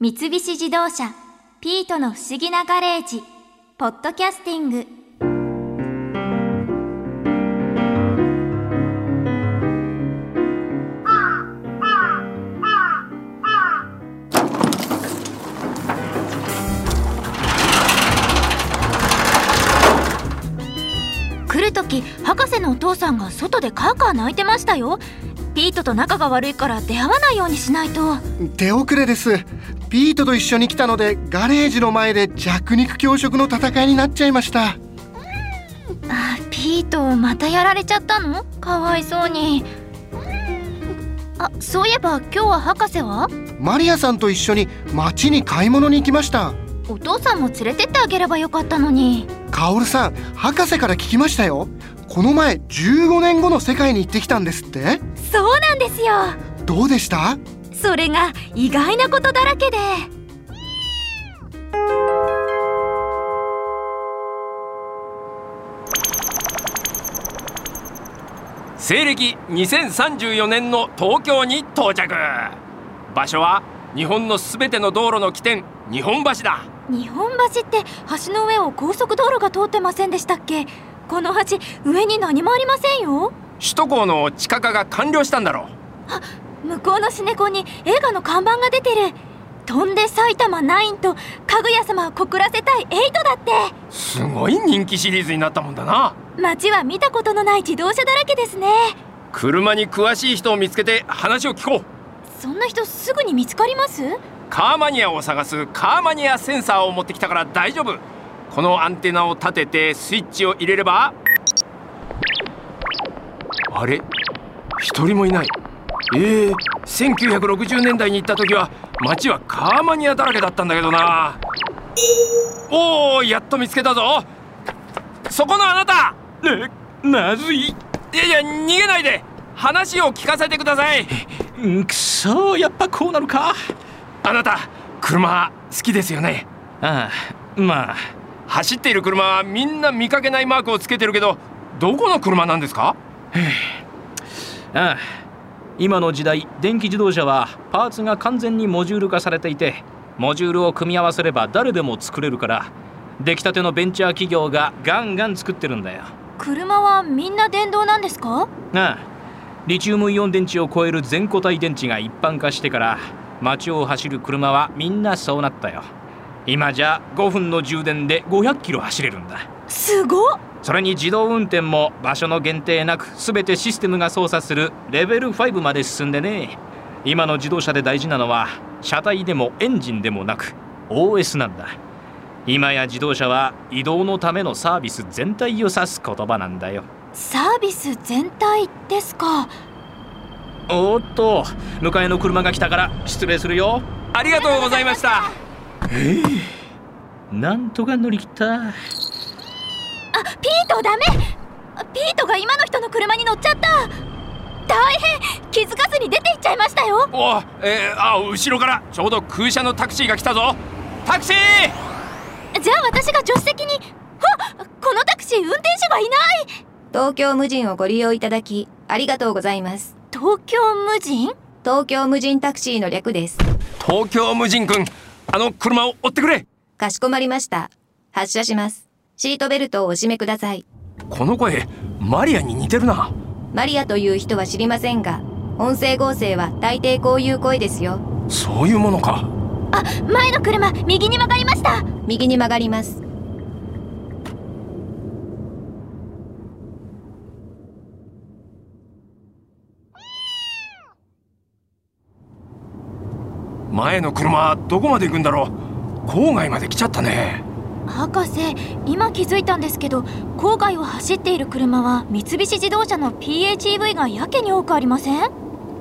三菱自動車「ピートの不思議なガレージ」「ポッドキャスティング」来る時博士のお父さんが外でカーカー泣いてましたよピートと仲が悪いから出会わないようにしないと手遅れですピートと一緒に来たのでガレージの前で弱肉強食の戦いになっちゃいましたあピートまたやられちゃったのかわいそうにあそういえば今日は博士はマリアさんと一緒に街に買い物に行きましたお父さんも連れてってあげればよかったのにカオルさん博士から聞きましたよこの前15年後の世界に行ってきたんですってそうなんですよどうでしたそれが意外なことだらけで西暦2034年の東京に到着場所は日本のすべての道路の起点日本橋だ日本橋って橋の上を高速道路が通ってませんでしたっけこの橋上に何もありませんよ首都高の地下化が完了したんだろ向こうのシネコンに映画の看板が出てる飛んで埼玉9とかぐや様を告らせたい8だってうすごい人気シリーズになったもんだな街は見たことのない自動車だらけですね車に詳しい人を見つけて話を聞こうそんな人すぐに見つかりますカーマニアを探すカーマニアセンサーを持ってきたから大丈夫このアンテナを立ててスイッチを入れればあれ一人もいないええ1960年代に行った時は街はカーマニアだらけだったんだけどなおおやっと見つけたぞそこのあなたなまずいいやいや逃げないで話を聞かせてくださいうんくそやっぱこうなるかあなた車好きですよねああまあ走っている車はみんな見かけないマークをつけてるけどどこの車なんですかああ今の時代電気自動車はパーツが完全にモジュール化されていてモジュールを組み合わせれば誰でも作れるから出来たてのベンチャー企業がガンガン作ってるんだよ車はみんな電動なんですかああリチウムイオン電池を超える全固体電池が一般化してから街を走る車はみんなそうなったよ今じゃ5分の充電で500キロ走れるんだすごっそれに自動運転も場所の限定なく全てシステムが操作するレベル5まで進んでね今の自動車で大事なのは車体でもエンジンでもなく OS なんだ今や自動車は移動のためのサービス全体を指す言葉なんだよサービス全体ですかおーっと迎えの車が来たから失礼するよありがとうございましたなんとか乗り切ったあピートダメあピートが今の人の車に乗っちゃった大変気づかずに出て行っちゃいましたよおうえーあ後ろからちょうど空車のタクシーが来たぞタクシーじゃあ私が助手席にあこのタクシー運転手がいない東京無人をご利用いただき、ありがとうございます。東京無人東京無人タクシーの略です。東京無人君あの車を追ってくれかしこまりました。発車します。シートベルトをお締めください。この声マリアに似てるなマリアという人は知りませんが、音声合成は大抵こういう声ですよ。そういうものかあ前の車右に曲がりました右に曲がります。前の車どこまで行くんだろう郊外まで来ちゃったね博士今気づいたんですけど郊外を走っている車は三菱自動車の PHEV がやけに多くありません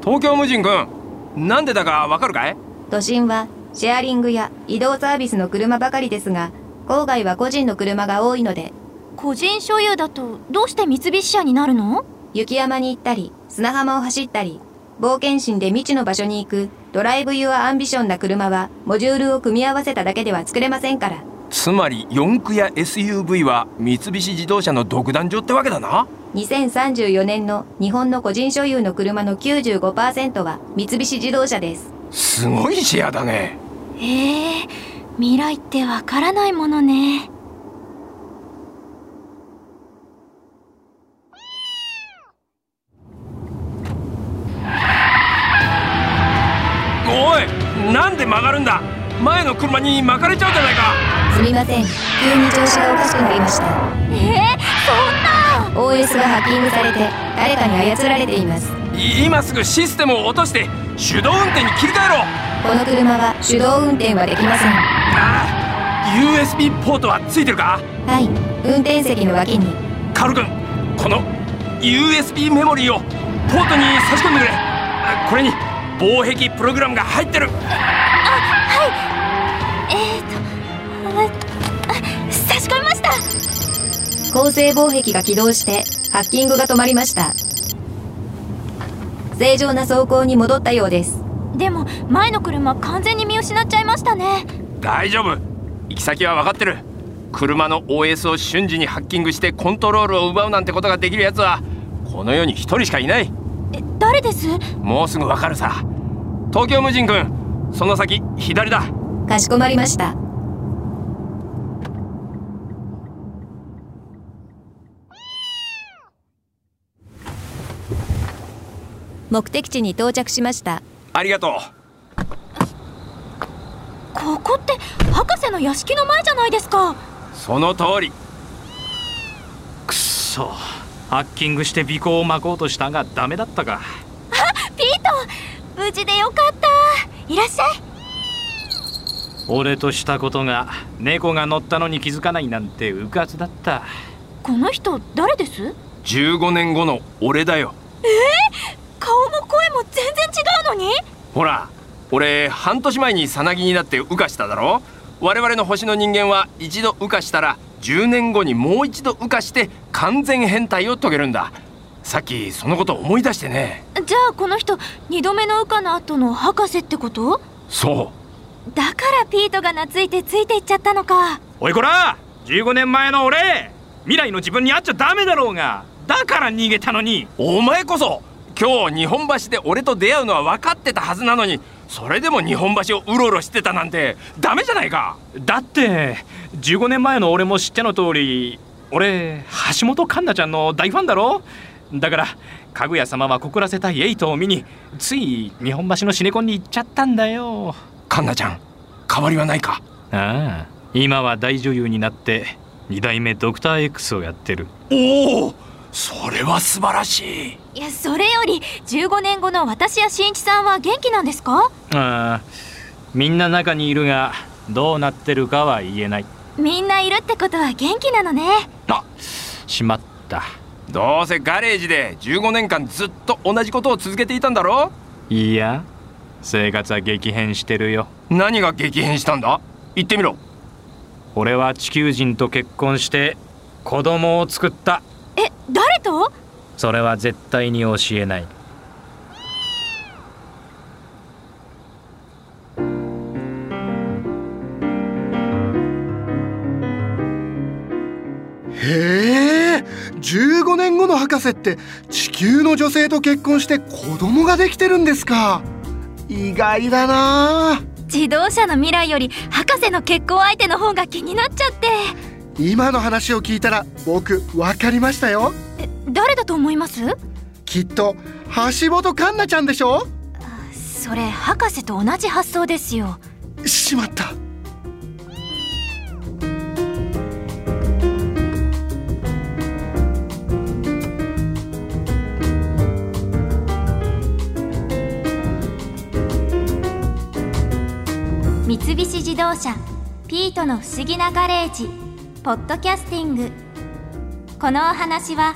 東京無人君なんでだかわかるかい都心はシェアリングや移動サービスの車ばかりですが、郊外は個人の車が多いので、個人所有だとどうして三菱車になるの雪山に行ったり、砂浜を走ったり、冒険心で未知の場所に行く、ドライブ・ユア・アンビションな車は、モジュールを組み合わせただけでは作れませんから。つまり四駆や SUV は三菱自動車の独壇場ってわけだな2034年の日本の個人所有の車の95%は三菱自動車です。すごいシェアだねへえ未来ってわからないものねおいなんで曲がるんだ前の車に巻かれちゃうじゃないかすみません急に調子がおかしくなりましたえー、そ OS がハッキングされて誰かに操られていますい今すぐシステムを落として手動運転に切り替えろこの車は手動運転はできませんはああ USB ポートはついてるかい運転席の脇にカル君この USB メモリーをポートに差し込んでくれあこれに防壁プログラムが入ってるんなえー、とああ差し込みました構成防壁が起動してハッキングが止まりました正常な走行に戻ったようですでも前の車完全に見失っちゃいましたね大丈夫行き先は分かってる車の OS を瞬時にハッキングしてコントロールを奪うなんてことができるやつはこの世に一人しかいないえ誰ですもうすぐ分かるさ東京無人君その先左だかしこまりました目的地に到着しましたありがとここって博士の屋敷の前じゃないですかうその通りくっそハッキングして尾行を巻こうとしたがダメだったかピート無事でよかったいらっしゃい俺としたことが猫が乗ったのに気づかないなんてうかつだったこの人誰です15年後の俺だよ顔も声も全然違うのにほら俺半年前にさなぎになって羽化しただろ我々の星の人間は一度羽化したら10年後にもう一度羽化して完全変態を遂げるんださっきそのこと思い出してねじゃあこの人二度目の羽化の後の博士ってことそだからピートが懐いてついていっちゃったのかおいこら15年前の俺未来の自分に会っちゃダメだろうがだから逃げたのにうお前こそ今日日本橋で俺と出会うのは分かってたはずなのにそれでも日本橋をうろうろしてたなんてダメじゃないかだって15年前の俺も知っての通り俺橋本環奈ちゃんの大ファンだろだからかぐや様は告らせたいエイトを見につい日本橋のシネコンに行っちゃったんだよカンナちゃん変わりはないかああ今は大女優になって2代目ドクター X をやってるおおそれは素晴らしいいやそれより15年後の私や新一さんは元気なんですかああみんな中にいるがどうなってるかは言えないみんないるってことは元気なのねしまったどうせガレージで15年間ずっと同じことを続けていたんだろいや生活は激変してるよ何が激変したんだ言ってみろ俺は地球人と結婚して子供を作ったえ誰とそれは絶対に教えないへえ15年後の博士って地球の女性と結婚して子供ができてるんですか意外だなあ自動車の未来より博士の結婚相手の方が気になっちゃって今の話を聞いたら僕分かりましたよえ誰だと思いますきっと橋本環奈ちゃんでしょそれ博士と同じ発想ですよしまった三菱自動車ピートの不思議なガレージポッドキャスティングこのお話は